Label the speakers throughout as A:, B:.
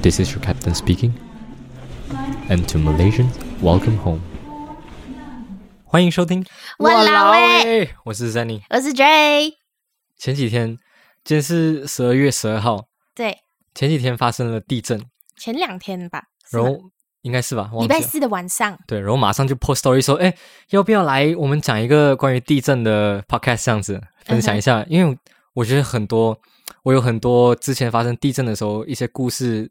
A: This is your captain speaking. And to Malaysians, welcome home. 欢迎收听，
B: 我老欸魏，
A: 喂，我是 Zenny。
B: 我是 J。
A: 前几天，今天是十二月十二号，
B: 对，
A: 前几天发生了地震，
B: 前两天吧，是
A: 然
B: 吗
A: 后应该是吧，忘
B: 礼
A: 记
B: 拜
A: 了。
B: 四的晚上，
A: 对，然后马上就 post story 说，哎，要不要来我们讲一个关于地震的 podcast 这样子分享一下？
B: 嗯
A: 因为我觉得很多，我有很多之前发生地震的时候一些故事，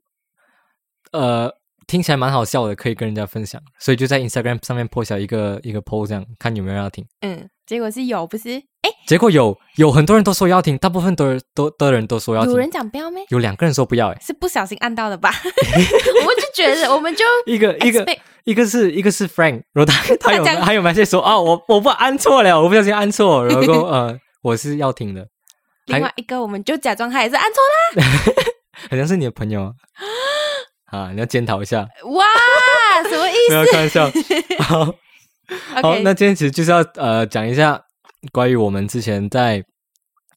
A: 呃，听起来蛮好笑的，可以跟人家分享，所以就在 Instagram 上面 post 下一个一个 post 这样，看有没有人要听。
B: 嗯，结果是有，不是？哎，
A: 结果有有很多人都说要听，大部分都都的人都说要听，
B: 有人讲不要咩？
A: 有两个人说不要，哎，
B: 是不小心按 到的吧？我们就觉得，我们就
A: 一个 一个
B: expect-
A: 一个是一个是 Frank，然后他他有
B: 他讲
A: 还有 message 说啊，我我不按错了，我不小心按错，然 后呃我是要听的，还
B: 另外一个，我们就假装他也是按错了。
A: 好像是你的朋 友啊，啊你要检讨一下，
B: 哇，什么意
A: 不要开玩笑。好，
B: 思
A: 好，那
B: ？OK，
A: 今天其实就是要呃讲一下关于我们之前在，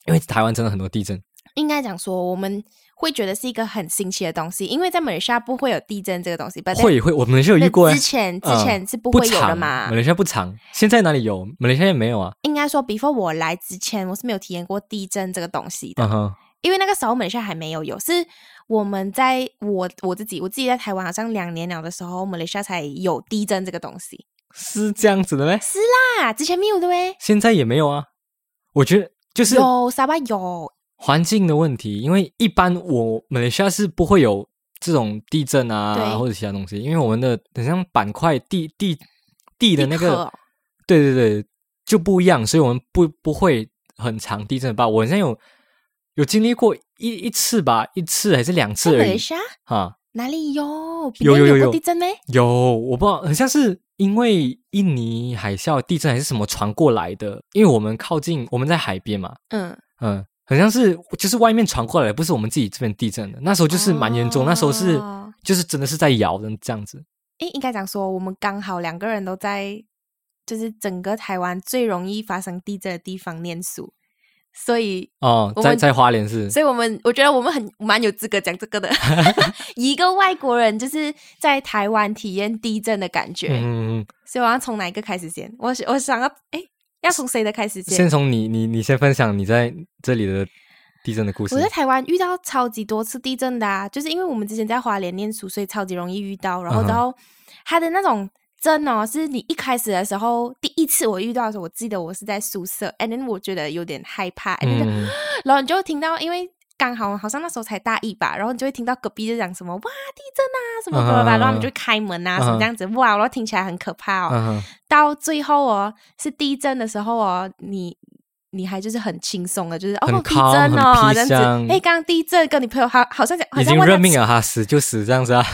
A: 因为台湾真的很多地震，
B: 应该讲说，我们会觉得是一个很新奇的东西，因为在马来西亚不会有地震这个东西，but then-
A: 会会我们是有遇过
B: 那
A: 哎
B: 之，前之
A: 嗯
B: 前是不
A: 不
B: 会有的
A: 长马。
B: 嘛
A: 来西亚不长，现在哪里有？马来西亚也没有啊，
B: 应该说，before 我来之前，我是没有体验过地震这个东西的。
A: 嗯哼，
B: 因为那个时候马来西亚还没有有，是我们在我我自己我自己在台湾好像两年了的时候，马来西亚才有地震这个东西
A: 是这样子的咩？
B: 啊，之前没有的喂，
A: 现在也没有啊，我觉得就是
B: 有沙巴有，
A: 环境的问题，因为一般我马来西亚是不会有这种地震啊
B: 对
A: 或者其他东西，因为我们的很像板块地地地的那
B: 地壳
A: 个
B: 哦，
A: 对对对，就不一样，所以我们不不会很长地震吧？我好像有有经历过一一次吧，一次还是两
B: 在
A: 次
B: 马
A: 而
B: 来
A: 已
B: 西亚
A: 啊，
B: 哪里有？
A: 有
B: 槟
A: 有
B: 城
A: 有
B: 有
A: 有
B: 过地震没？
A: 有我不知道，很像是因为印尼海啸地震还是什么传过来的，因为我们靠近我们在海边嘛，
B: 嗯，
A: 嗯，很像是就是外面传过来的，不是我们自己这边地震的。那时候就是蛮严重，那时候是
B: 哦
A: 就是真的是在摇的这样子。
B: 诶，应该讲说我们刚好两个人都在，就是整个台湾最容易发生地震的地方念书，所以
A: 哦，
B: 我
A: 在
B: 们
A: 在花莲是嗯
B: 所以我们我觉得我们很蛮有资格讲这 个的，以一个外国人就是在台湾体验地震的感觉，
A: 嗯，嗯嗯
B: 所以我要从哪一个开始先？我我想要哎，要从谁的开始先？
A: 先从你你你先分享你在这里的地震的故事
B: 我。在台湾遇到超级多次地震的啊，就是因为我们之前在华联念书，所以超级容易遇到。然后
A: 嗯哼
B: 然后它的那种震哦，是你一开始的时候，第一次我遇到的时候，我记得我是在宿舍，and then 我觉得有点害怕，and then 就
A: 嗯，
B: 然后你就会听到，因为刚好好像那时候才大一吧，然后你就会听到隔壁就讲什么哇地震啊什么
A: 嗯
B: 的
A: 嗯
B: 吧，
A: 嗯
B: 然后你就会开门啊、
A: 嗯
B: 什么这样子，哇，然后听起来很可怕哦。
A: 嗯哼
B: 到最后哦，是地震的时候哦，你。你还就是很轻松的，就是哦
A: 很
B: 地
A: calm，
B: 震哦
A: 很
B: 这
A: peace
B: 样子，哎，刚刚地震跟你朋友好好像讲，好
A: 已
B: 像
A: 经
B: 问他
A: 认命了哈，死就死这样子啊，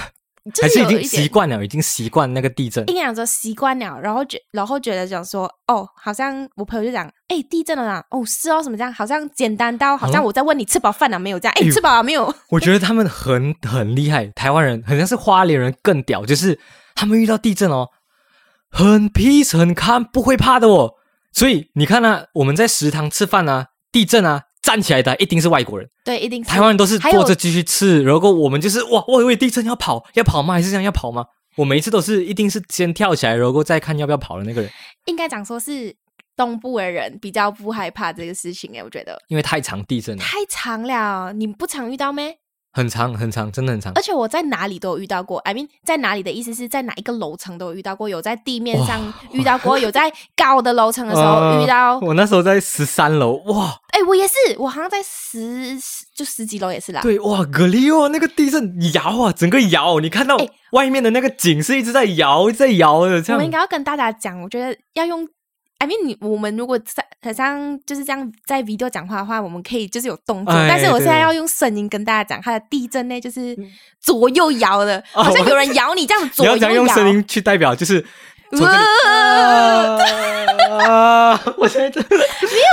B: 就
A: 还
B: 是
A: 是已
B: 有
A: 经
B: 一
A: 习
B: 点
A: 惯了，已经习惯那个地震。
B: 硬讲说习惯了，然后觉然后觉得讲说哦，好像我朋友就讲哎地震了啦，哦是哦什么这样，好像简单到好像
A: 嗯
B: 我在问你吃饱饭了没有这样，
A: 哎
B: 哎
A: 呦
B: 吃饱了没有，
A: 我觉得他们很很厉害，台湾人很像是花莲人更屌，就是他们遇到地震哦，很 peace 很 calm，不会怕的哦。所以你看啊，我们在食堂吃饭啊，地震啊，站起来的一定是外国人，
B: 对，一定是
A: 台湾人都是
B: 还有
A: 坐着继续吃，然后我们就是哇，我以为地震要跑，要跑吗？还是这样要跑吗？我每一次都是一定是先跳起来，然后再看要不要跑的那个人，
B: 应该讲说是东部的人比较不害怕这个事情欸诶，我觉得
A: 因为太长地震了，
B: 太长了，你不常遇到咩？
A: 很长很长，真的很长
B: 而。且我在哪里都有遇到过，I mean，在哪里的意思是在哪一个楼层都有遇到过，有在地面上遇到过，有在高的楼层的 时候遇到
A: 呃。我那时候在十三楼，哇，
B: 哎、我也是，我好像在十十就十几楼也是啦。
A: 对，哇，格里哦，那个地震摇啊，整个摇，你看到
B: 哎
A: 外面的那个景是一直在摇，一直在摇的，这
B: 我们应
A: 样。
B: 该要跟大家讲，我觉得要用。I mean，你我们如果在好像就是这样在 video 讲话的话，我们可以就是有动作，
A: 哎
B: 但是我
A: 对
B: 现在
A: 对嗯
B: 要用声音跟大家讲，它的地震呢就是左右摇的，
A: 哦
B: 好像有人摇你这样子
A: 你
B: 左
A: 要
B: 右
A: 怎样
B: 摇。
A: 用声音去代表？就是从这里
B: 呃
A: 啊， 我现在真的，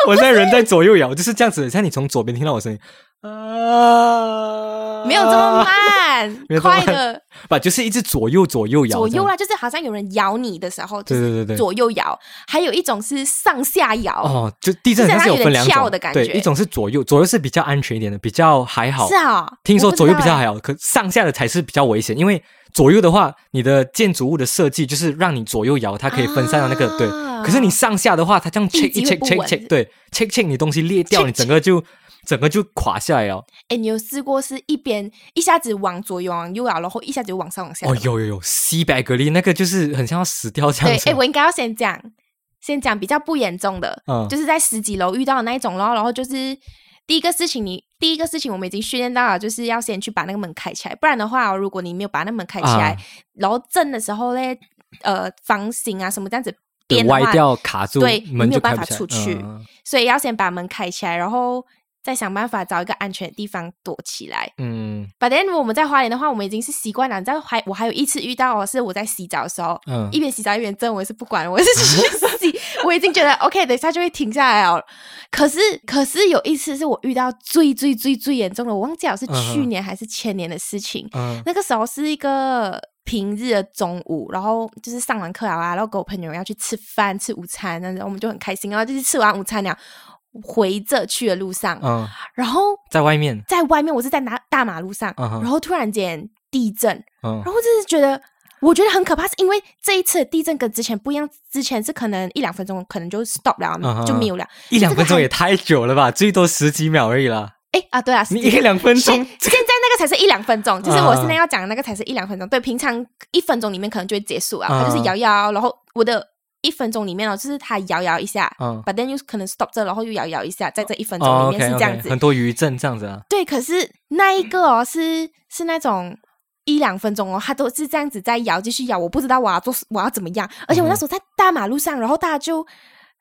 A: 我现在人在左右摇，就是这样子，像你从左边听到我声音啊，
B: 没有这么慢，慢，
A: 没有动
B: 快
A: 漫
B: 的
A: 不就是一直左右左右摇，
B: 左右
A: 这样
B: 啦，就是好像有人摇你的时候，就
A: 对对对
B: 是
A: 对
B: 左右摇，还有一种是上下摇，
A: 哦，就地震好像是分两
B: 就是它有点
A: 种
B: 跳的感
A: 对，
B: 觉
A: 一种是左右，左右是比较安全一点的，比较还好。
B: 是啊，
A: 听说
B: 我不知
A: 左右比较
B: 道欸
A: 还好，可上下的才是比较危险，因为左右的话，你的建筑物的设计就是让你左右摇，它可以分散到那个、对。
B: 啊
A: 可是你上下的话，它这样 check
B: 地基
A: 一
B: 会
A: check
B: 不
A: check
B: 稳
A: check，对 check check 你东西裂掉，
B: Check
A: 你整个就整个就垮下来哦了。
B: 哎、你有试过是一边一下子往左右往右摇，然后一下子往上往下的
A: 哦
B: 吗？，
A: 有有有，西百格力那个就是很像要死掉这
B: 对
A: 样，子。
B: 哎、我应该要先讲，先讲比较不严重的，
A: 嗯
B: 就是在十几楼遇到的那一种咯，然后就是第一个事情你，第一个事情我们已经训练到了，就是要先去把那个门开起来，不然的话哦、如果你没有把那门开起来，
A: 啊
B: 然后震的时候嘞，呃，房型啊什么这样子
A: 对
B: 变的
A: 歪
B: 话，
A: 掉卡住，
B: 对你
A: 门
B: 没
A: 就
B: 有
A: 开
B: 办
A: 不
B: 法
A: 起来
B: 出去
A: 嗯嗯
B: 所以要先把门开起来，然后再想办法找一个安全的地方躲起来。
A: 嗯
B: 反正我们在花莲的话，我们已经是习惯了。你知道，还我还有一次遇到哦，是我在洗澡的时候，
A: 嗯
B: 一边洗澡一边震，我也是不管，我也是去 洗，我已经觉得 OK，等一下就会停下来哦。可是，可是有一次是我遇到最最最最严重的，我忘记了是
A: 嗯哼
B: 去年还是前年的事情。
A: 嗯
B: 那个时候是一个平日的中午，然后就是上完课了啊，然后跟我朋友要去吃饭吃午餐，那我们就很开心，然后就是吃完午餐了，回这去的路上，
A: 嗯，
B: 然后
A: 在外面，
B: 在外面，我是在拿大马路上，
A: 嗯哼
B: 然后突然间地震，
A: 嗯
B: 然后我真是觉得。我觉得很可怕，是因为这一次的地震跟之前不一样，之前是可能一两分钟可能就 stop 了，啊
A: 嗯哼
B: 就没有了。
A: 一两分
B: 这个
A: 钟
B: 还
A: 也太久了吧，最多十几秒而已啦。
B: 哎啊，对啊，
A: 你一两分
B: 现
A: 钟，
B: 现在那个才是一两分钟，就是我现
A: 啊
B: 在要讲的那个才是一两分钟。对，平常一分钟里面可能就会结束啊，
A: 啊
B: 它就是摇摇，然后我的一分钟里面哦，就是它摇摇一下，
A: 嗯，
B: 把 then 又可能 stop 这，然后又摇摇一下，在这一分
A: 哦
B: 钟里面
A: ，OK
B: 是这样
A: OK，
B: 子。
A: 很多余震这样子啊，
B: 对，可是那一个哦，是是那种。一两分钟哦，它都是这样子在摇，继续摇。我不知道我要做，我要怎么样。
A: 嗯
B: 而且我那时候在大马路上，然后大家就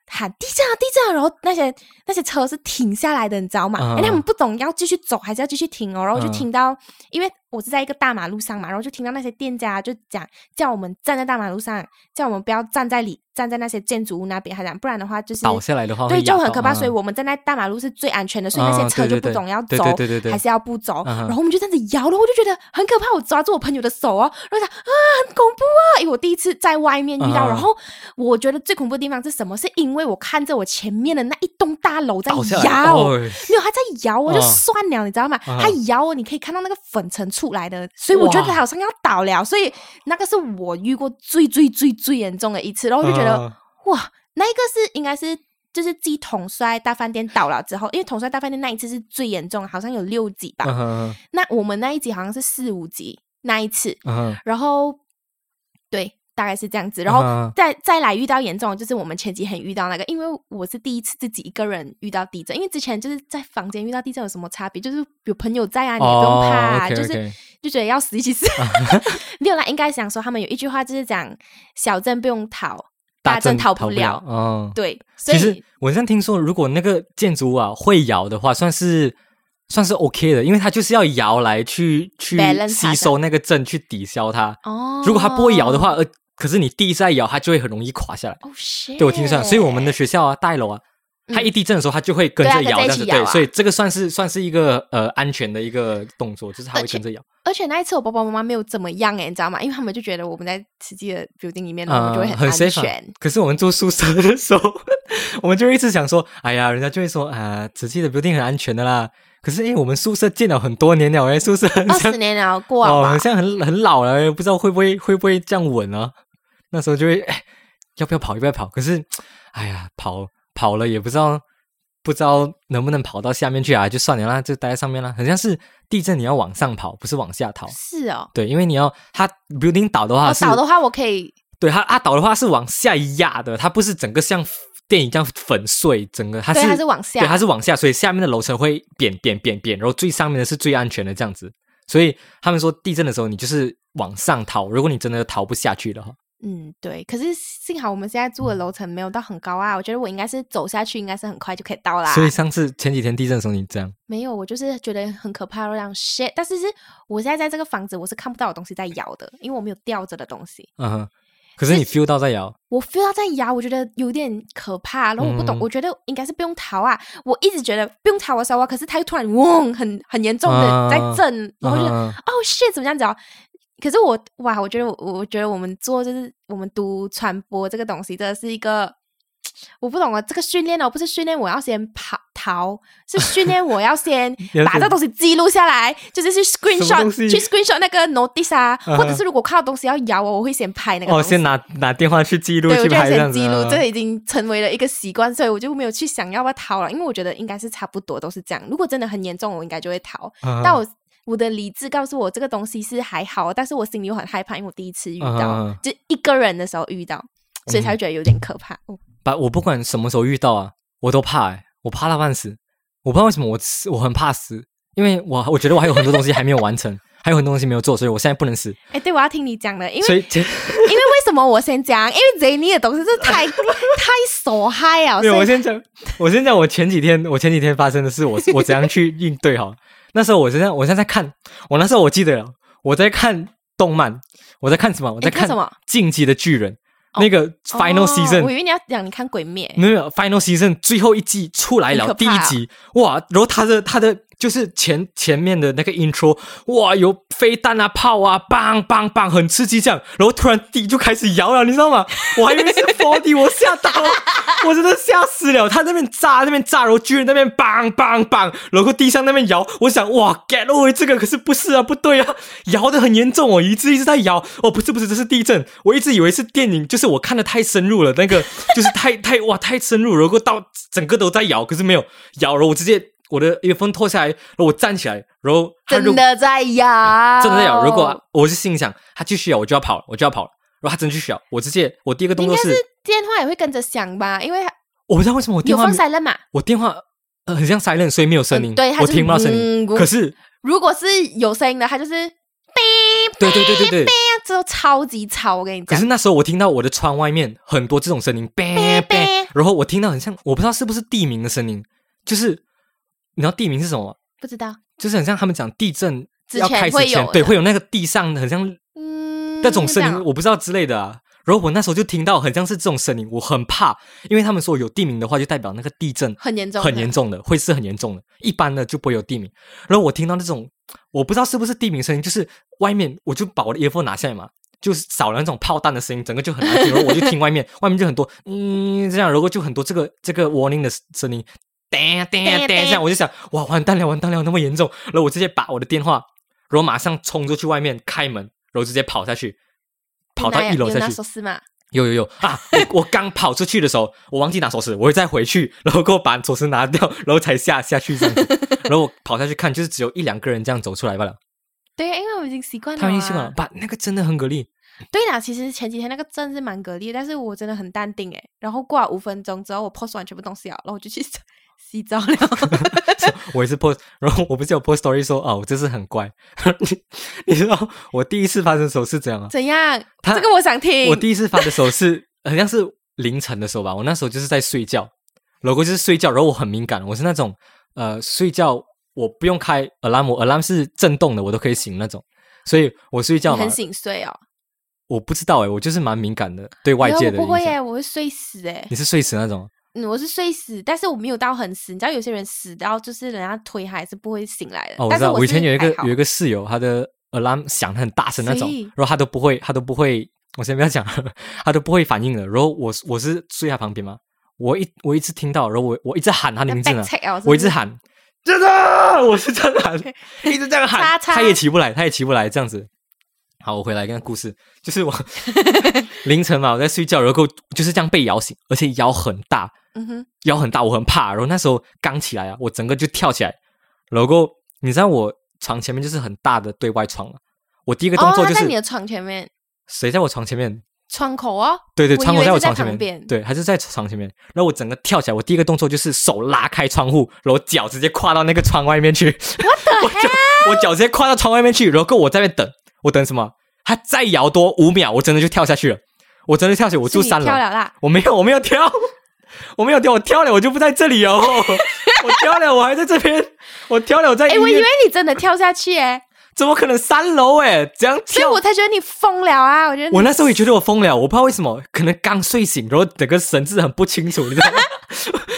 B: 喊地震啊，地震啊！然后那些那些车是停下来的，你知道吗？
A: 嗯
B: 因为他们不懂要继续走还是要继续停哦。然后我就
A: 嗯
B: 听到，因为我是在一个大马路上嘛，然后就听到那些店家就讲，叫我们站在大马路上，叫我们不要站在里站在那些建筑物那边，还讲不然的话就是
A: 倒下来的话
B: 对，
A: 会
B: 就
A: 咬
B: 很
A: 到
B: 可怕。
A: 嗯
B: 所以我们站在大马路是最安全的，所以那些
A: 嗯
B: 车
A: 对
B: 就
A: 对
B: 不
A: 对
B: 懂要
A: 对
B: 走
A: 对对对对
B: 还是要不走。
A: 嗯哼
B: 然后我们就这样子摇了，我就觉得很可怕。我抓住我朋友的手哦，然后想啊，很恐怖啊！因为我第一次在外面遇到。
A: 嗯
B: 然后我觉得最恐怖的地方是什么？是因为我看着我前面的那一栋大楼在
A: 倒下来，
B: 摇。
A: 哦
B: 没有，它在摇，哦我就
A: 嗯
B: 算了，你知道吗？
A: 嗯
B: 它摇哦，你可以看到那个粉尘出来的，所以我觉得
A: 哇
B: 它好像要倒了，所以那个是我遇过最最最最严重的一次，然后我就觉得、
A: 嗯
B: 哇，那一个是应该是就是继统帅大饭店倒了之后，因为统帅大饭店那一次是最严重，好像有六级吧，
A: 嗯哼
B: 那我们那一集好像是四五级那一次，
A: 嗯哼，
B: 然后对，大概是这样子，然后。
A: 嗯
B: 再再来遇到严重的，就是我们前几天遇到那个，因为我是第一次自己一个人遇到地震，因为之前就是在房间遇到地震有什么差别？就是有朋友在啊，你也不用怕、啊
A: 哦，OK，OK
B: 就是就觉得要死一 起死。没有啦，应该想说他们有一句话就是讲小震不用逃，大震逃
A: 不
B: 不
A: 了
B: 了。，
A: 嗯。
B: 对，所
A: 其实
B: 以
A: 我像听说，如果那个建筑物啊会摇的话，算是算是 OK 的，因为它就是要摇来去去
B: Balance
A: 吸
B: 它
A: 收那个震，去抵消它。
B: 哦，
A: 如果它不会摇的，话，呃，可是你地再摇，它就会很容易垮下来。
B: 哦、是，
A: 对我听说，所以我们的学校啊，大楼啊，它
B: 嗯
A: 一地震的时候，它就会跟着
B: 对
A: 摇，
B: 啊
A: 这样
B: 跟着一
A: 子
B: 起
A: 对，
B: 摇啊
A: 所以这个算是算是一个呃安全的一个动作，就是它会
B: 而且
A: 跟着摇。
B: 而且那一次我爸爸妈妈没有怎么样哎、你知道吗？因为他们就觉得我们在实际的 building 里面，我们就会
A: 嗯
B: 安
A: safe 啊
B: 全。
A: 可是我们住宿舍的时候， 我们就一直想说，哎呀，人家就会说啊，慈济的 building 很安全的啦。可是因为我们宿舍建了很多年了，哎，宿舍很
B: 二
A: 像
B: 十年了，过往
A: 哦，
B: 吧
A: 很像很很老了，哎不知道会不会会不会这样稳啊？那时候就会、哎、要不要跑，要不要跑？可是，哎呀，跑跑了也不知道不知道能不能跑到下面去啊，就算了啦，就待在上面啦。很像是地震，你要往上跑，不是往下逃。
B: 是哦。
A: 对，因为你要它 building 倒的话
B: 我
A: 啊是
B: 哦倒的话，我可以
A: 对它它倒的话是往下压的，它不是整个像电影这样粉碎，整个它是
B: 对它是往下
A: 对它是往下，所以下面的楼层会扁扁扁扁，然后最上面的是最安全的这样子。所以他们说地震的时候，你就是往上逃，如果你真的逃不下去的话，
B: 嗯，对。可是幸好我们现在住的楼层没有到很高啊，我觉得我应该是走下去，应该是很快就可以到啦。
A: 所以上次前几天地震的时候，你这样
B: 没有，我就是觉得很可怕，我想 shit。但是是我现在在这个房子，我是看不到有东西在摇的，因为我没有吊着的东西。
A: 嗯哼，可是你 feel 到在摇，
B: 我 feel 到在摇，我觉得有点可怕，然后我不懂，
A: 嗯
B: 我觉得应该是不用逃啊。我一直觉得不用逃的时候啊，可是它又突然嗡，很很严重
A: 啊
B: 的在震，然后我就觉得
A: 嗯
B: 哦 shit 怎么样子哦？可是我哇，我觉得我我觉得我们做就是我们读传播这个东西，真的是一个我不懂啊，这个训练哦，不是训练我要先跑逃，是训练我要先
A: 要
B: 把这个
A: 先
B: 东西记录下来，就是去
A: 什么
B: screenshot
A: 东西
B: 去 screenshot 那个 notice 啊，
A: 嗯哼
B: 或者是如果看到东西要咬我，我会先拍那个
A: 哦，
B: 东西。
A: 先拿拿电话去记录
B: 对，我
A: 去
B: 就
A: 拍这样
B: 先
A: 子
B: 记录
A: 啊，，
B: 这已经成为了一个习惯，所以我就没有去想要不要逃了，因为我觉得应该是差不多都是这样。如果真的很严重，我应该就会逃。
A: 嗯
B: 但我我的理智告诉我这个东西是还好，但是我心里又很害怕，因为我第一次遇到，
A: 嗯嗯嗯
B: 就一个人的时候遇到，所以才会觉得有点可怕。哦
A: 把我不管什么时候遇到啊，我都怕、欸，我怕到半死。我不知道为什么我死我很怕死，因为我我觉得我还有很多东西还没有完成， 还有很多东西没有做，所以我现在不能死。
B: 哎、对，我要听你讲了，因为
A: 所以这
B: 因为为什么我先讲？因为贼你的东西是太 太手嗨啊，
A: 没有，
B: 所
A: 我
B: 以
A: 先 讲，我先讲我前几天我前几天发生的事，我我怎样去应对好。那时候我现在我现在在看，我那时候我记得了，我在看动漫，我在看什么？我在
B: 你看
A: 看
B: 什么
A: 《进击的巨人》
B: 哦
A: 那个 Final
B: 哦我
A: Season，嗯
B: 以为你要讲你看鬼灭，
A: 没有没有 Final Season 最后一季出来
B: 很可
A: 了，第
B: 怕
A: 一
B: 啊
A: 集哇，然后他的他的就是前前面的那个 intro 哇，有飞弹啊、炮啊，棒棒棒，很刺激这样，然后突然地就开始摇了，你知道吗？我还以 为是 4D，我吓到了，我真的吓死了。他那边炸，那边炸，然后巨人那边棒棒棒，然后地上那边摇，我想哇，get away 这个可是不是啊，不对啊，摇的很严重哦，一直一直在摇，哦不是不是，这是地震，我一直以为是电影，就是我看的太深入了，那个 就是太太哇太深入了，然后到整个都在摇，可是没有摇了，我直接我的 earphone 脱下来，然后我站起来，然后他如
B: 真的在呀，
A: 真的有。如果啊我是心里想他继续咬，我就要跑了，我就要跑了。然后他真的继续咬，我直接我第一个动作是，
B: 电话也会跟着响吧，因为它
A: 我不知道为什么我电
B: 有
A: 话
B: 放
A: 没
B: s i 嘛。
A: 我电话呃很像 silent，所以没有声音，
B: 嗯对它
A: 我
B: 就是嗯
A: 听不到声音。
B: 嗡嗡
A: 可是
B: 如果是有声音的，它就是哔，
A: 对对对对对，
B: 那之后哦超级吵，我跟你
A: 可
B: 讲
A: 是。那时候我听到我的窗外面很多这种声 音，哔
B: 哔
A: 哔，然后我听到很像我不知道是不是地名的声音，就是你知道地名是什么吗？
B: 不知道，
A: 就是很像他们讲地震
B: 之
A: 要
B: 前
A: 开始
B: 会
A: 前，
B: 有
A: 对，
B: 的
A: 会有那个地上很像
B: 嗯，
A: 那种声
B: 这样
A: 音，
B: 哦
A: 我不知道之类的啊。然后我那时候就听到很像是这种声音，我很怕，因为他们说有地名的话，就代表那个地震
B: 很严重，
A: 很严。重的，会是很严重的。一般的就不会有地名。然后我听到那种，我不知道是不是地名声音，就是外面我就把我的 earphone 拿下来嘛，就是少了那种炮弹的声音，整个就很安静。然后我就听外面， 外面就很多嗯这样，然后就很多这个这个 warning 的声音，噔 噔噔这样，我就想哇完蛋了完蛋了那么严重，然后我直接把我的电话，然后马上冲出去外面开门，然后直接跑下去。跑到
B: 你拿
A: 一楼
B: 有
A: 下
B: 拿
A: 去
B: 手，撕嘛？
A: 有有有啊！我我刚跑出去的时候，我忘记拿锁匙，我会再回去，然后给我把锁匙拿掉，然后才下下去这样子。然后我跑下去看，就是只有一两个人这样走出来罢了。
B: 对，因为我已经习惯了、啊。
A: 他们一起了，把那个真的很给力。
B: 对啦，其实前几天那个阵是蛮隔离，但是我真的很淡定诶。然后过了五分钟之后，我 post 完全部东西了，然后我就去 洗澡了。
A: 我也 是 post，然后我不是有 post story 说啊，我这次很乖。你 你知道我第一次发生的时候是怎样啊吗？
B: 怎样？
A: 他
B: 这个我想听。
A: 我第一次发的时候是 好像是凌晨的时候吧，我那时候就是在睡觉，老公就是睡觉，然后我很敏感，我是那种呃睡觉我不用开 alarm，我 alarm 是震动的，我都可以醒那种，所以我睡
B: 你
A: 觉嘛
B: 很，醒睡哦。
A: 我不知道哎、我就是蛮敏感的，对外
B: 没有
A: 界
B: 我
A: 的
B: 不
A: 影
B: 会
A: 响。
B: 诶，我会睡死欸诶。
A: 你是睡死那种，
B: 嗯，我是睡死，但是我没有到很死。你知道有些人死到就是人家腿还是不会醒来的。
A: 哦，我
B: 但
A: 知
B: 是
A: 道，我以
B: 是
A: 前有一个
B: 还好
A: 有一个室友，他的 alarm 响得很大声那种
B: 谁，
A: 然后他都不会，他都不会，我先不要讲， 他都不会反应的。然后我是我是睡他旁边嘛，我一我一直听到，然后我我一直喊他的
B: 那
A: 名字呢
B: backtrack 哦是
A: 啊
B: 不
A: 我一直
B: 是
A: 喊，真的， 我是这样 喊，一直这样喊，
B: 叉叉
A: 他也起不来，他也起不来，这样子。好，我回来跟故事，就是 我凌晨嘛，我在睡觉，然后就是这样被摇醒，而且摇很大，
B: 嗯哼，
A: 腰很大，我很怕。然后那时候刚起来啊，我整个就跳起来，然后你知道我床前面就是很大的对外窗嘛，我第一个动作就
B: 哦，他
A: 是、
B: 在你的床前面，
A: 谁在我床前面？
B: 窗口哦，
A: 对对，
B: 我以
A: 窗口
B: 为
A: 在我
B: 是在
A: 床前面，
B: 旁边
A: 对，还是在床前面。然后我整个跳起来，我第一个动作就是手拉开窗户，然后脚直接跨到那个窗外面去。 我脚我脚直接跨到窗外面去，然后我在那边等，我等什么？他再摇多五秒，我真的就跳下去了。我真的跳下去，我
B: 我
A: 住三楼
B: 跳，了啦，
A: 我没有，我没有跳，我没有跳，我跳了，我就不在这里哦，我跳了，我还在这边，我跳了，我在医
B: 哎，
A: 院，
B: 我以为你真的跳下去哎，
A: 怎么可能三楼哎，这样
B: 所以
A: 跳
B: 我。才觉得你疯了啊！我觉得 你
A: 我那时候也觉得我疯了，我不知道为什么，可能刚睡醒，然后整个神志很不清楚，你知道吗？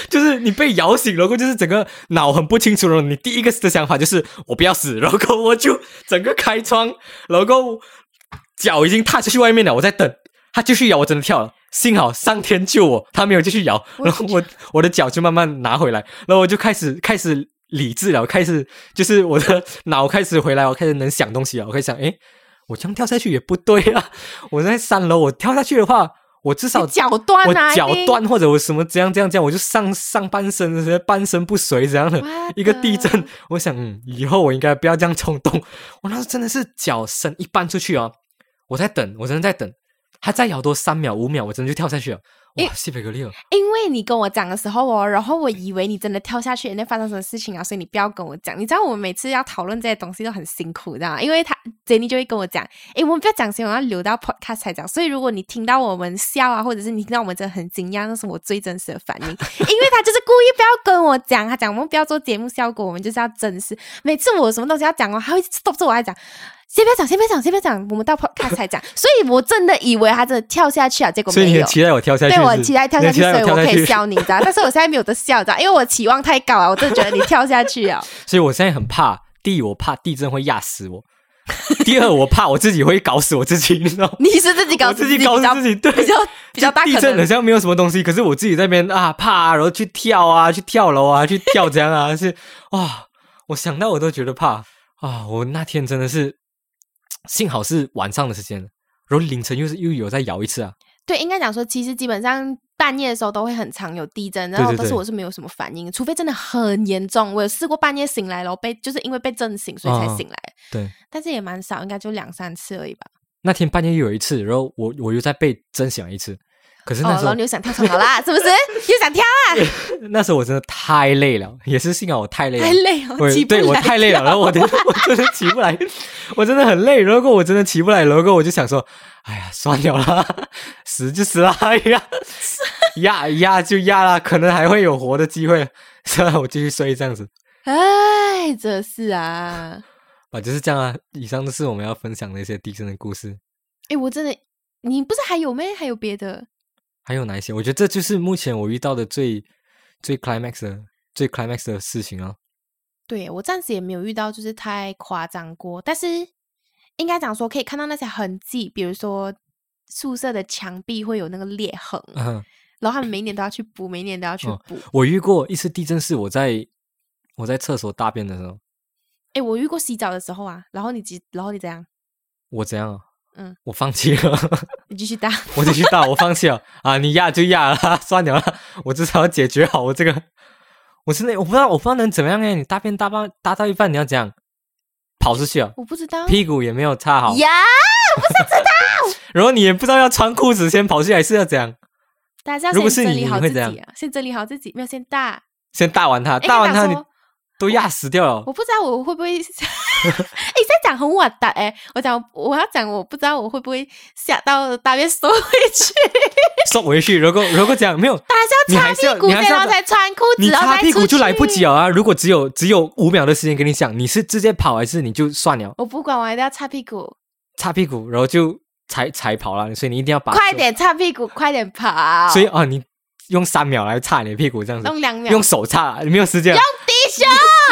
A: 就是你被摇醒，然后就是整个脑很不清楚，然后你第一个的想法就是我不要死，然后我就整个开窗，然后脚已经踏出去外面了，我在等他继续摇，我真的跳了。幸好上天救我，他没有继续摇，
B: 我
A: 然后我我的脚就慢慢拿回来，然后我就开始开始理智了，开始就是我的脑开始回来，我开始能想东西了，我开始想，诶，我这样跳下去也不对啊，我在三楼，我跳下去的话，我至少
B: 你脚断啊
A: 我脚
B: 一定
A: 断或者我什么怎样怎样怎样，我就上上半身直接半身不遂这样的
B: What
A: 一个地
B: the-
A: 震。我想，嗯，以后我应该不要这样冲动。我那时候真的是脚伸一半出去哦，我在等，我真的在等，他再咬多三秒五秒，我真的就跳下去了。
B: 诶
A: 哇，西北格利尔，
B: 因为你跟我讲的时候哦，然后我以为你真的跳下去，人家发生什么事情啊，所以你不要跟我讲。你知道我们每次要讨论这些东西都很辛苦，知道吗？因为他 Jenny 就会跟我讲，诶，我们不要讲先，我要留到 podcast 才讲。所以如果你听到我们笑啊，或者是你听到我们真的很惊讶，那是我最真实的反应， 因为他就是故意不要跟我讲，他讲我们不要做节目效果，我们就是要真实。每次我有什么东西要讲哦，他会 stop 着我来讲。先不要讲，先不要讲，先不要讲，我们到 podcast 才讲。所以我真的以为他真的跳下去啊，结果
A: 所以
B: 没
A: 你
B: 有
A: 很。期待我跳下去是
B: 对
A: 不
B: 我
A: 是？
B: 很期待跳下去，
A: 你很期
B: 所以
A: 待
B: 我可以
A: 跳下去。
B: 笑你，你知 道？但是我现在没有得笑，你知道？因为我期望太高啊了，我真的觉得你跳下去啊，
A: 所以我现在很怕，第一，我怕地震会压死我；第二，我怕我自己会搞死我自 己，你知道吗？
B: 你是自己搞
A: 我 自己搞
B: 比
A: 死
B: 较
A: 自己，对，
B: 比较比较大
A: 地
B: 可
A: 震好
B: 能。
A: 像没有什么东西，可是我自己在那边啊怕啊，然后去跳啊，去跳楼啊，去跳这样啊， 是哇，我想到我都觉得怕啊！我那天真的是，幸好是晚上的时间了，然后凌晨又是又有在摇一次啊，
B: 对，应该讲说，其实基本上半夜的时候都会很常有地震，然
A: 对
B: 后
A: 对
B: 但是
A: 对
B: 我是没有什么反应，除非真的很严重。我有试过半夜醒来了，被就是因为被震醒，所以才
A: 嗯
B: 醒来，
A: 对，
B: 但是也蛮少，应该就两三次而已吧。
A: 那天半夜又有一次，然后我我又再被震醒了一次，可是
B: 哦，
A: 那时
B: 然
A: 候、
B: 后你又想跳床了啦， 是不是？又想跳啊？
A: 那时候我真的太累了，也是幸好我太累了，
B: 太累哦，
A: 我
B: 起不
A: 对我
B: 来
A: 太累了，然后我的我真的起不来，我真的很累。如果我真的起不来，然后我就想说，哎呀，算了啦，死就死啦，哎 呀，压压就压啦，可能还会有活的机会，算了，我继续睡这样子。
B: 哎，这是啊。
A: 啊，就是这样啊。以上就是我们要分享的一些地震的故事，
B: 哎、我真的，你不是还有咩？还有别的？
A: 还有哪一些？我觉得这就是目前我遇到的最最 climax 的最 climax 的事情啊。
B: 对我暂时也没有遇到，就是太夸张过。但是应该讲说，可以看到那些痕迹，比如说宿舍的墙壁会有那个裂痕，
A: 嗯，
B: 然后他们每年都要去补，每年都要去
A: 哦
B: 补。哎、
A: 我遇过一次地震是我在我在厕所大便的时候，
B: 我遇过洗澡的时候啊，然后你几，然后你怎样？
A: 我怎样、啊？
B: 嗯，
A: 我放弃了。
B: 你继续 打。
A: 我继续打，我放弃了啊！你压就压了， 算了啦，我至少要解决好我这个。我真的我不知道，我不知道能怎么样哎！你大便大半大到一半，你要怎样？跑出去了，
B: 我不知道。
A: 屁股也没有擦好，
B: 呀，
A: 然后你也不知道要穿裤子先跑出来是要怎样？
B: 大家
A: 如
B: 先
A: 果是
B: 整
A: 你
B: 理
A: 你
B: 好
A: 会
B: 自
A: 怎
B: 己啊，先整理好自己，没有先大。
A: 先大完它，
B: 诶
A: 大完它
B: 他讲
A: 你
B: 说
A: 都压死掉了
B: 我。不知道我会不会，哎、 现在讲很晚的哎、我讲我要讲，我不知道我会不会吓到大便缩回去，
A: 送回去，如果如果这样没有，
B: 但
A: 你
B: 还
A: 还
B: 是
A: 是
B: 要
A: 要
B: 擦屁股，
A: 你还是要
B: 然后才穿裤子，
A: 你
B: 然后
A: 擦
B: 才
A: 屁股
B: 出
A: 就来不
B: 去
A: 及了啊！如果只有只有五秒的时间给你想，你是直接跑还是你就算了？
B: 我不管，我一定要擦屁股，
A: 擦屁股，然后就踩踩跑了，所以你一定要把
B: 快点擦屁股，快点跑，
A: 啊所以啊，你用三秒来擦你的屁股这样子，
B: 弄两秒。啊
A: 用手擦，你没有时间。
B: 滴咻，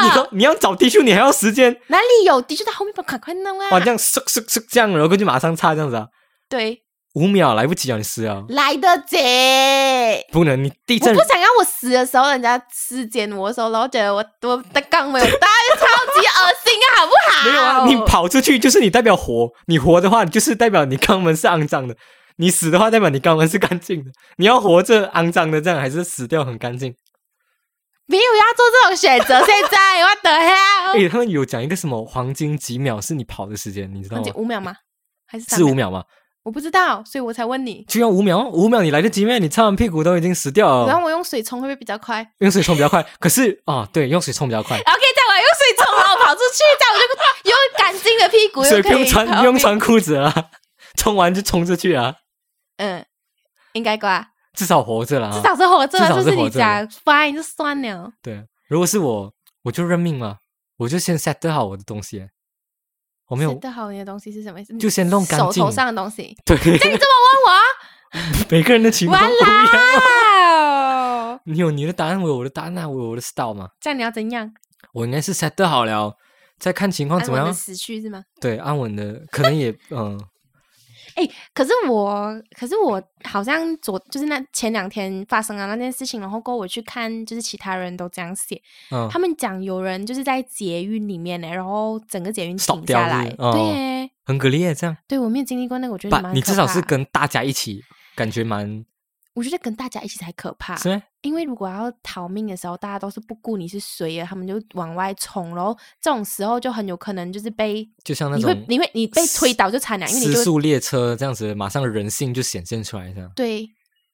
A: 你说你要找滴咻，你还要时间，
B: 哪里有滴咻在后面吧，赶快弄啊！
A: 哇，这样嗖嗖嗖这样，然后就马上擦这样子啊，
B: 对，
A: 五秒来不及啊，你死啊，
B: 来得及。
A: 不能，你地
B: 我
A: 震
B: 不想要我死的时候人家尸检我的时候，然后觉得我我的肛没有大，超级恶心啊，好不好？
A: 没有啊，你跑出去就是你代表活，你活的话就是代表你肛门是肮脏的，你死的话代表你肛门是干净的，你要活着肮脏的这样，还是死掉很干净？
B: 没有要做这种选择。现在我等
A: 诶、
B: 下，
A: 他们有讲一个什么黄金几秒是你跑的时间，你知道
B: 忘
A: 吗
B: 记？五秒吗？还是三
A: 是五？秒吗？
B: 我不知道，所以我才问你。
A: 就要五秒，五秒你来得及咩？你擦完屁股都已经死掉了。
B: 然后我用水冲会不会比较快？OK，
A: 用水冲比较快，可是啊、对，用水冲比较快，
B: 再我用水冲，然后跑出去，这样我就又干净的屁股，
A: 所
B: 又
A: 以不
B: 可
A: 用
B: 以
A: 穿
B: 跑
A: 不用
B: 遍。
A: 穿裤子啊， 冲完就冲出去啊，
B: 嗯，应该吧，
A: 至少活着了、啊。
B: 至少是活着，
A: 至少
B: 就是你
A: 活着的
B: 讲 fine 就算了。
A: 对，如果是我，我就认命了，我就先 set 好我的东西，我没有
B: 的好，你的东西是什么意思？
A: 就先弄干
B: 手
A: 净
B: 头上的东西。
A: 对，
B: 这样你这么问我
A: 每个人的情况
B: 完
A: 不一样。
B: 啦？哦，
A: 你有你的答案，我有我的答案啊，我有我的 style 嘛。
B: 这样你要怎样？
A: 我应该是 set 好了，再看情况
B: 安
A: 怎么
B: 稳
A: 样
B: 的。死去是吗？
A: 对，安稳的，可能 也嗯，
B: 哎、可是我，可是我好像昨就是那前两天发生了啊那件事情，然后过后我去看，就是其他人都这样写，
A: 嗯
B: 他，们讲有人就是在捷运里面欸呢，然后整个捷运
A: 扫
B: 停
A: 掉
B: 下
A: 是不
B: 来，
A: 是哦
B: 对耶，
A: 很给力耶这样。
B: 对我没有经历过那个，我觉得
A: 把
B: 蛮
A: 你
B: 可
A: 至少是
B: 怕，
A: 跟大家一起，感觉蛮
B: 我觉得跟大家一起才可怕，
A: 是吗？
B: 因为如果要逃命的时候，大家都是不顾你是谁的，他们就往外冲，然后这种时候就很有可能就是被
A: 就像那
B: 你
A: 种
B: 会你会你被推倒就惨了，因为你
A: 失
B: 就
A: 速列车这样子，马上人性就显现出来，这样
B: 对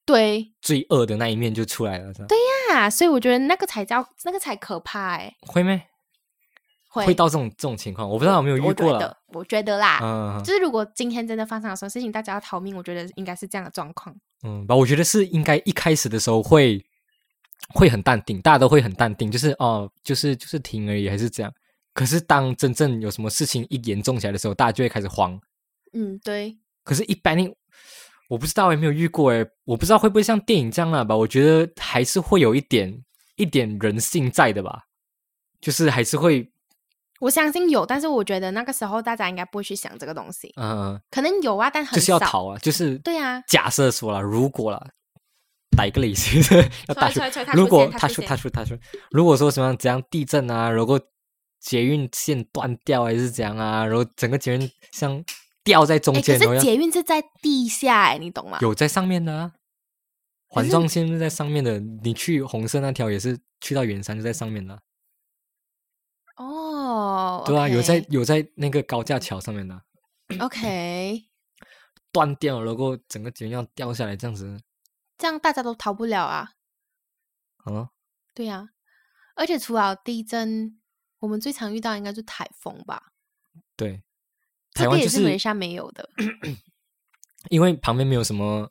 B: 对
A: 罪恶的那一面就出来了，这样
B: 啊，所以我觉得那个才叫那个才可怕哎、
A: 会咩？
B: 会
A: 到这种这种情况，我不知道有没有
B: 我
A: 遇
B: 觉
A: 过了
B: 得。，啊我觉得啦，
A: 嗯
B: 就是如果今天真的发生了什么事情，大家要逃命，我觉得应该是这样的状况。
A: 嗯，吧，我觉得是应该一开始的时候会会很淡定，大家都会很淡定，就是哦，就是就是停而已，还是这样。可是当真正有什么事情一严重起来的时候，大家就会开始慌。
B: 嗯，对，
A: 可是，一般你我不知道，也没有遇过诶，我不知道会不会像电影这样啊啦吧？我觉得还是会有一点一点人性在的吧，就是还是会，
B: 我相信有，但是我觉得那个时候大家应该不会去想这个东西，
A: 嗯、
B: 可能有啊，但很少。
A: 就是要逃啊，就是
B: 对啊
A: 假设说了，如果啦，打一个例子，要打出
B: 出来出来，
A: 如果
B: 他
A: 他说他说他说，如果说什么怎样地震啊，如果捷运线断掉还是怎样啊，然后整个捷运像掉在中
B: 哎，
A: 间，
B: 可
A: 然后
B: 是
A: 要
B: 捷运是在地下哎、你懂吗？
A: 有在上面的啊，
B: 可
A: 环
B: 是
A: 状线是在上面的，你去红色那条也是去到圆山就在上面的啊、
B: 哦，
A: 对啊，有在有在那个高架桥上面的啊、
B: OK，
A: 断掉了，然后整个捷运要掉下来这样子，
B: 这样大家都逃不了啊。
A: 啊，
B: 对呀、而且除了地震，我们最常遇到应该就台风吧。
A: 对，
B: 这
A: 台湾
B: 个也
A: 就是
B: 马来西亚没有的。
A: 因为旁边没有什么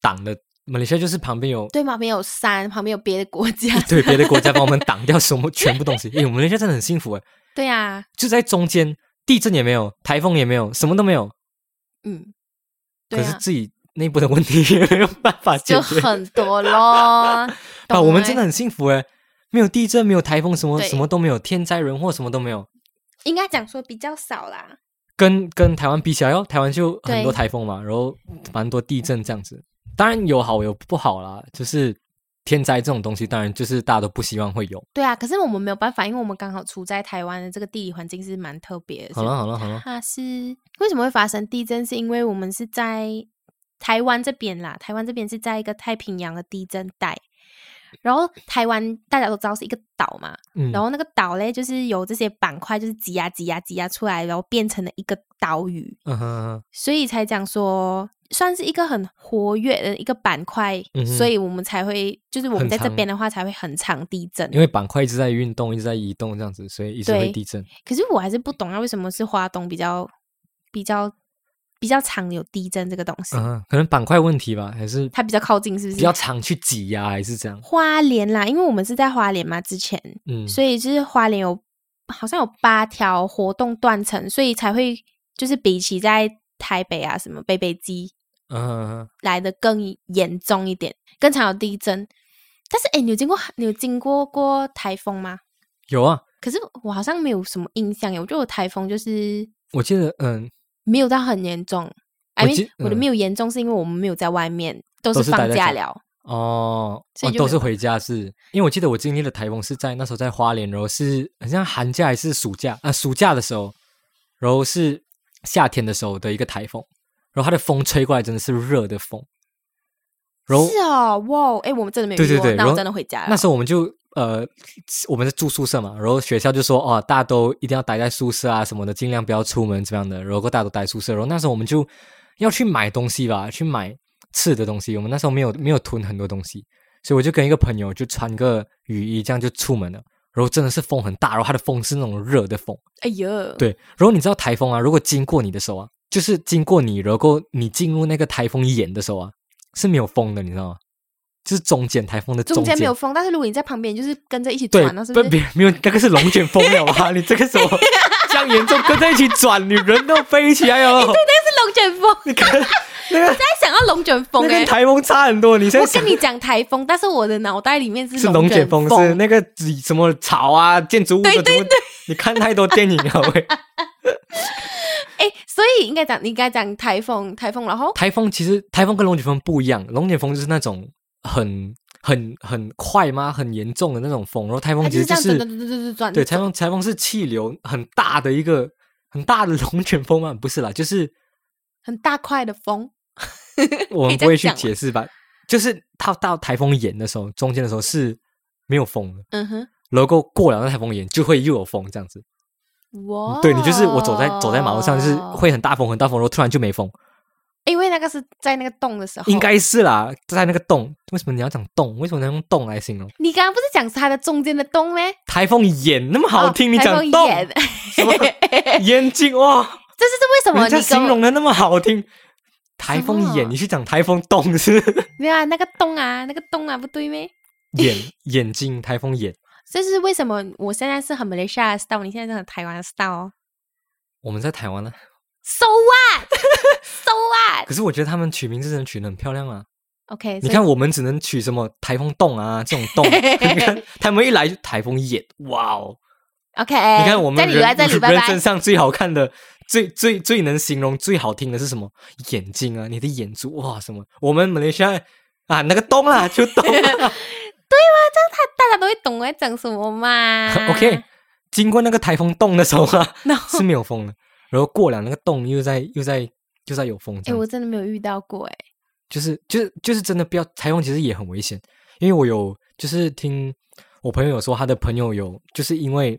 A: 挡的，马来西亚就是旁边有
B: 对，旁边有山，旁边有别的国家。
A: 对别的国家帮我们挡掉什么全部东西，诶、我们马来西亚真的很幸福诶，
B: 对啊，
A: 就在中间，地震也没有，台风也没有，什么都没有，
B: 嗯，对
A: 可是
B: 啊，
A: 自己内部的问题 也没有办法解
B: 就
A: 决，
B: 很多 咯。
A: 啊，
B: 懂欸
A: 我们
B: 吗
A: 真的很幸福诶，没有地震，没有台风，什么
B: 对
A: 什么都没有，天灾人祸什么都没有。
B: 应该讲说比较少啦。
A: 跟跟台湾比起来哦，台湾就很多
B: 对
A: 台风嘛，然后蛮多地震这样子。当然有好有不好啦，就是天灾这种东西，当然就是大家都不希望会有。
B: 对啊，可是我们没有办法，因为我们刚好处在台湾的这个地理环境是蛮特别的。
A: 好了好了好了，
B: 它是为什么会发生地震？是因为我们是在台湾这边啦，台湾这边是在一个太平洋的地震带，然后台湾大家都知道是一个岛嘛，
A: 嗯，
B: 然后那个岛嘞就是有这些板块就是挤呀挤呀挤呀出来，然后变成了一个岛屿，
A: 嗯哼哼
B: 所以才讲说算是一个很活跃的一个板块，
A: 嗯哼
B: 所以我们才会就是我
A: 很
B: 们在这
A: 长
B: 边的话才会很常地震。
A: 因为板块一直在运动，一直在移动这样子，所以一直会
B: 对
A: 地震。
B: 可是我还是不懂啊，为什么是花东比较比较比较常有地震这个东西？
A: 嗯哼，可能板块问题吧，还是
B: 它比较靠近，是不
A: 比较
B: 是？
A: 常去挤呀、还是这样？
B: 花莲啦，因为我们是在花莲嘛，之前，
A: 嗯，
B: 所以就是花莲有好像有八条活动断层，所以才会就是比起在台北啊什么北北基
A: 嗯哼哼
B: 来的更严重一点，更常有地震。但是，哎，你有经过你有经过过台风吗？
A: 有啊，
B: 可是我好像没有什么印象耶，我觉得我台风就是
A: 我记得嗯，
B: 没有到很严重。I
A: 我记
B: mean，我的
A: 嗯
B: 没有严重是因为我们没有在外面，都
A: 都
B: 是
A: 是待
B: 放
A: 在家
B: 假了。
A: 哦，
B: 所
A: 哦
B: 以就
A: 都
B: 没
A: 是
B: 有办
A: 回家是，因为我记得我经历的台风是在那时候在花莲，然后是好像寒假还是暑假啊、暑假的时候，然后是夏天的时候的一个台风，然后它的风吹过来真的是热的风，然后
B: 是哦，哇，哎，我们真的没有
A: 对
B: 遇
A: 对
B: 过
A: 对，
B: 那
A: 然
B: 我
A: 后
B: 真的回家了。
A: 那时候我们就呃，我们是住宿舍嘛，然后学校就说哦，大家都一定要待在宿舍啊什么的，尽量不要出门这样的。然后大家都待宿舍，然后那时候我们就要去买东西吧，去买吃的东西。我们那时候没有没有囤很多东西，所以我就跟一个朋友就穿个雨衣这样就出门了。然后真的是风很大，然后它的风是那种热的风，
B: 哎呦，
A: 对。然后你知道台风啊，如果经过你的时候啊，就是经过你，然后你进入那个台风眼的时候啊，是没有风的，你知道吗？就是中间台风的
B: 中
A: 间
B: 间没有风，但是如果你在旁边，就是跟着一起
A: 对
B: 转，了，是
A: 不
B: 不是？
A: 别没有那个是龙卷风了 吧？你这个什么 这样严重，跟在一起转，你人都飞起来了。
B: 但是龙卷风，
A: 你看那个
B: 在想要龙卷风
A: 那
B: 哎、
A: 跟台风差很多。你现
B: 我
A: 在想
B: 跟你讲台风，但是我的脑袋里面是
A: 是龙
B: 卷
A: 卷风，是那个几什么草啊、建筑物的
B: 对对
A: 什么你看太多电影了喂。
B: 哎、所以应该讲，你应该讲台风，台风，然后
A: 台风其实台风跟龙卷风不一样，龙卷风就是那种很很很快吗？很严重的那种风，然后台风
B: 它
A: 其
B: 就
A: 实
B: 是
A: 就
B: 这样
A: 是
B: 转转转转转转，
A: 对台风台风是气流很大的一个很大的龙卷风吗？不是啦，就是
B: 很大块的风。
A: 我
B: 可以
A: 们不
B: 这
A: 会去
B: 样讲吗
A: 解释吧，就是它到台风眼的时候，中间的时候是没有风的。
B: 嗯哼，
A: 如果过了那台风眼，就会又有风这样子。
B: 哇，
A: 对你就是我走在走在马路上，就是会很大风很大风，然后突然就没风，
B: 哦因为那个是在那个洞的时候，
A: 应该是啦，在那个洞。为什么你要讲洞？为什么能用洞来形容？
B: 你刚刚不是讲是它的中间的洞咩？
A: 台风眼那么好听，
B: 哦
A: 你
B: 台
A: 讲
B: 风
A: 洞
B: 眼
A: 什 么眼睛哇，
B: 这是为什么
A: 人家
B: 你
A: 形
B: 跟我
A: 容的那么好听。台
B: 什
A: 风
B: 么
A: 眼，你去讲台风洞是
B: 没有啊？那个洞啊，那个洞啊，不对咩？
A: 眼眼睛，台风眼。
B: 这是为什么我现在是很马来西亚的 style，你现在是很台湾的 style 哦
A: 我们在台湾呢，
B: ？So what？So what？OK，、
A: 可是我觉得他们取名字真的取得很漂亮啊。
B: OK，
A: 你
B: 所以
A: 看我们只能取什么台风洞啊这种 洞，你看他们一来就台风眼，哇哦！
B: ，OK，
A: 你看我们
B: 这里哎来
A: 人
B: 这里，拜
A: 人
B: 拜。
A: 身上最好看的、最最最能形容、最好听的是什么？眼睛啊，你的眼珠哇什么？我们马来西亚啊那个洞啦，就洞 啦。
B: 大家都会懂我在讲什么嘛
A: OK，经 过那个台风洞的时候啊，
B: 然后，
A: 是没有风的，然后过了那个洞又在又在又在有风这
B: 哎、
A: 样
B: 我真的没有遇到过哎、
A: 就是就是就是真的不要台风，其实也很危险，因为我有就是听我朋友有说，他的朋友有就是因为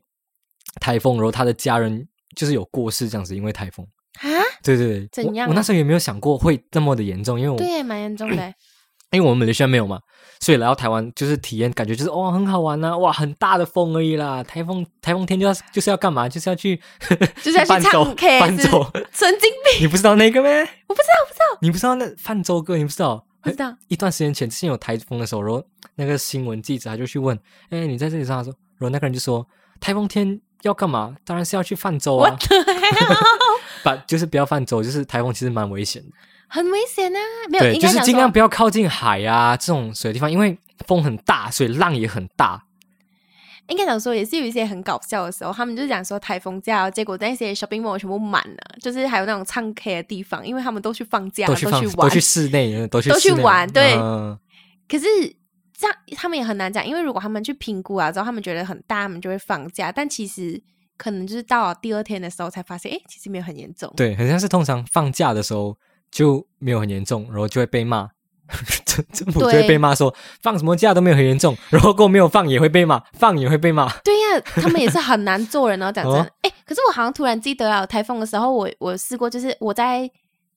A: 台风，然后他的家人就是有过世这样子，因为台风。
B: 啊，
A: 对对对，
B: 怎
A: 我
B: 样
A: 我那
B: 啊
A: 时候也没有想过会这么的严重，因为我
B: 对，蛮严重的
A: 嗯
B: 欸。
A: 因为我们马来西亚没有嘛，所以来到台湾就是体验，感觉就是哦很好玩呐、哇很大的风而已啦，台风台风天就要就是要干嘛，就是要去
B: 就是 要去
A: 伴
B: 唱
A: 奏
B: K，
A: 伴
B: 是
A: 奏，
B: 神经病，
A: 你不知道那个咩？
B: 我不知道，我不知道，
A: 你不知道那泛舟歌？你不知道？
B: 不 知道。
A: 一段时间前，之前有台风的时候，然后那个新闻记者他就去问：“哎，你在这里上？”他说，然后那个人就说：“台风天要干嘛？当然是要去泛舟
B: 我
A: 啊！
B: 的
A: 把就是不要泛舟，就是台风其实蛮危险的，
B: 很危险啊，没有，
A: 对，
B: 应
A: 就
B: 该
A: 是
B: 讲
A: 尽
B: 说
A: 量不要靠近海啊这种水的地方，因为风很大，所以浪也很大。
B: 应该讲说也是有一些很搞笑的时候，他们就讲说台风假，结果那些 shopping mall 全部满了，就是还有那种唱 K 的地方，因为他们都去放假，
A: 都
B: 啊都
A: 去放，
B: 玩
A: 都去。室内，都去
B: 都去
A: 室内
B: 玩对
A: 嗯
B: 可是这样他们也很难讲，因为如果他们去评估啊之后，他们觉得很大，他们就会放假，但其实可能就是到了第二天的时候才发现，哎，其实没有很严重。
A: 对，很像是通常放假的时候就没有很严重，然后就会被骂。 政政府就会
B: 对
A: 被骂说放什么假都没有很严重，然后过没有放也会被骂，放也会被骂。
B: 对呀、他们也是很难做人哦，讲真的
A: 哦。
B: 哎、可是我好像突然记得啊，有台风的时候我，我试过，就是我在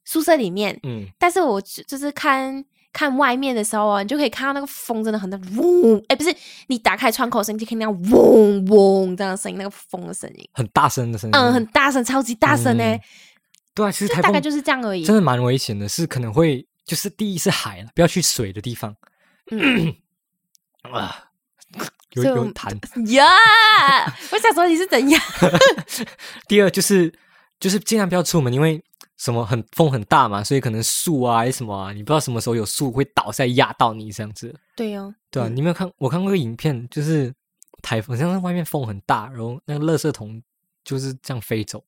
B: 宿舍里面，
A: 嗯，
B: 但是我就就是看看外面的时候啊，你就可以看到那个风真的很大，嗡！哎，不是，你打开窗口声音就可以听到嗡嗡这样的声音，那个风的声音，
A: 很大声的声音。
B: 嗯，很大声，超级大声呢、
A: 嗯对啊，其实
B: 就
A: 台
B: 大
A: 风
B: 概就是这样而已
A: 真。的蛮危险的，是可能会就是第一是海了，不要去水的地方。
B: 嗯
A: 啊，有
B: 所以我
A: 有
B: 们
A: 痰。
B: 呀我想说你是怎样？
A: 第二就是就是尽量不要出门，因为什么很风很大嘛，所以可能树啊还是什么啊，你不知道什么时候有树会倒下来压到你这样子。
B: 对哦，
A: 对啊，
B: 嗯
A: 你有没有看？我看过个影片，就是台风，好像是外面风很大，然后那个垃圾桶就是这样飞走。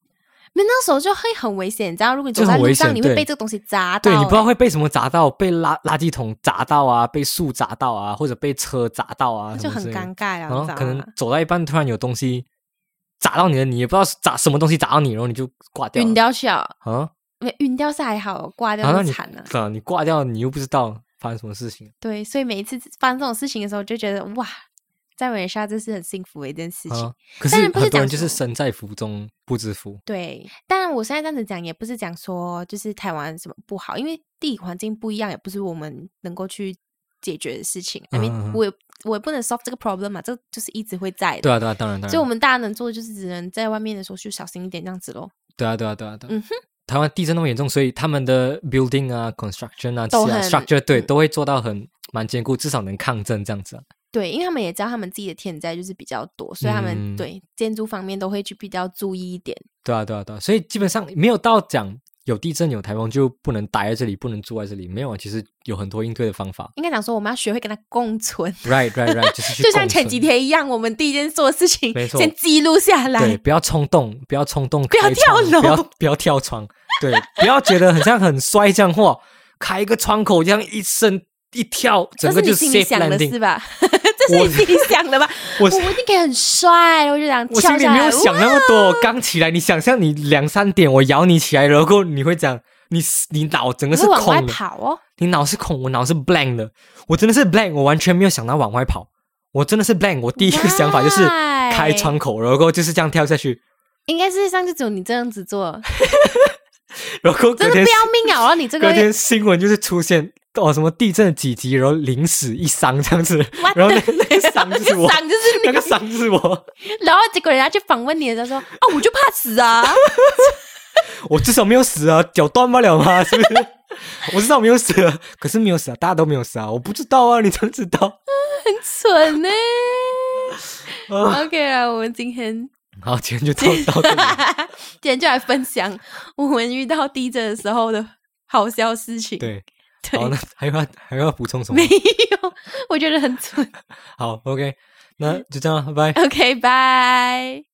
B: 没有那时候就会很危险，你知道，如果你走
A: 就很
B: 在路
A: 危
B: 上，
A: 险
B: 你会
A: 对
B: 被这个东西砸到、
A: 对你不知道
B: 诶
A: 会被什么砸到，被垃垃圾桶砸到啊，被树砸到啊，或者被车砸到啊，
B: 那
A: 什
B: 就
A: 么
B: 很
A: 之类的
B: 尴尬了，
A: 然后
B: 你知道
A: 可能
B: 吗
A: 走到一半，突然有东西砸到你了，你也不知道是砸什么东西砸到你，然后你就挂掉了。
B: 晕掉下，
A: 啊，
B: 没晕掉是还好，挂
A: 然
B: 掉
A: 后那
B: 就
A: 你
B: 惨了。
A: 啊，你挂掉，你又不知道发生什么事情
B: 对，所以每一次发生这种事情的时候，就觉得哇，在马来西亚这是很幸福的一件事情。
A: 啊。可是
B: 当然不是
A: 很多
B: 讲
A: 人就是
B: 什么
A: 身在福中不知福，
B: 对，当然我现在这样子讲，也不是讲说就是台湾什么不好，因为地理环境不一样，也不是我们能够去解决的事情。I
A: 嗯嗯
B: mean，
A: 嗯
B: 我也我也不能 solve 这个 problem 啊嘛，这就是一直会在的。
A: 对啊，对啊，当然，当
B: 所以我
A: 然，
B: 们大家能做的就是只能在外面的时候去小心一点，这样子咯。
A: 对啊，对啊，对啊，对啊。
B: 嗯哼
A: 台湾地震那么严重，所以他们的 building 啊、construction 啊、
B: 都
A: 这些啊
B: 很
A: structure 对
B: 嗯
A: 都会做到很蛮坚固，至少能抗震这样子啊。
B: 对，因为他们也知道他们自己的天灾就是比较多，所以他们、
A: 嗯
B: 对建筑方面都会去比较注意一点。
A: 对啊，对啊，对啊，所以基本上没有到讲有地震有台风就不能待在这里，不能住在这里，没有啊，其实有很多应对的方法。
B: 应该讲说我们要学会跟它共存，
A: Right, right, right，就是去
B: 就像
A: 共
B: 前
A: 存
B: 几天一样，我们第一件做的事情
A: 没，错
B: 先记录下
A: 对，
B: 来。
A: 不要冲动，不要冲动
B: 不要
A: 开窗，
B: 跳楼
A: 不要不要跳窗，对，不要觉得很像很摔这样哇，开一个窗口这样一伸一跳，
B: 这
A: 整
B: 是
A: 个
B: 你
A: 就
B: 心里
A: safe
B: 想的
A: landing
B: 是。吧？ 这是你心里想的吧？ 我
A: 我
B: 我一定可以很帅，然后就这样
A: 我
B: 跳
A: 心里
B: 下
A: 没
B: 来。哦
A: 有想
B: 哇
A: 那么多，我刚起来，你想象你两三点我摇你起来，然后你会讲你你脑整个
B: 我
A: 是
B: 会往外
A: 空的，
B: 跑哦，
A: 你脑是空，我脑是 blank 的，我真的是 blank，我完全没有想到往外跑，我真的是 blank，我第一个想法就是开
B: Why？
A: 窗口，然后就是这样跳下去，
B: 应该是上次只有你这样 子做，
A: 然后隔
B: 真的不
A: 天
B: 要命啊！然后你这个
A: 隔天新闻就是出现哦什么地震几级，然后零死一伤这样子，
B: What
A: 然后 那那个伤就是我，
B: 赏就是你
A: 那个伤就是我，
B: 然后结果人家去访问你的时候说：“啊，我就怕死啊
A: 我至少没有死啊，脚断不了吗？ 是不是？我至少没有死啊，可是没有死啊，大家都没有死啊，我不知道啊，你怎么知道？
B: 蠢呢、欸
A: 啊
B: OK 啊，我们今 天
A: 好，今天就到到这里。
B: 今天就来分享我们遇到地震的时候的好笑事情。
A: 对，
B: 对
A: 好，那还有要还有要补充什么
B: 没？有，我觉得很蠢。
A: 好，OK，那就这样，拜拜。
B: OK，拜。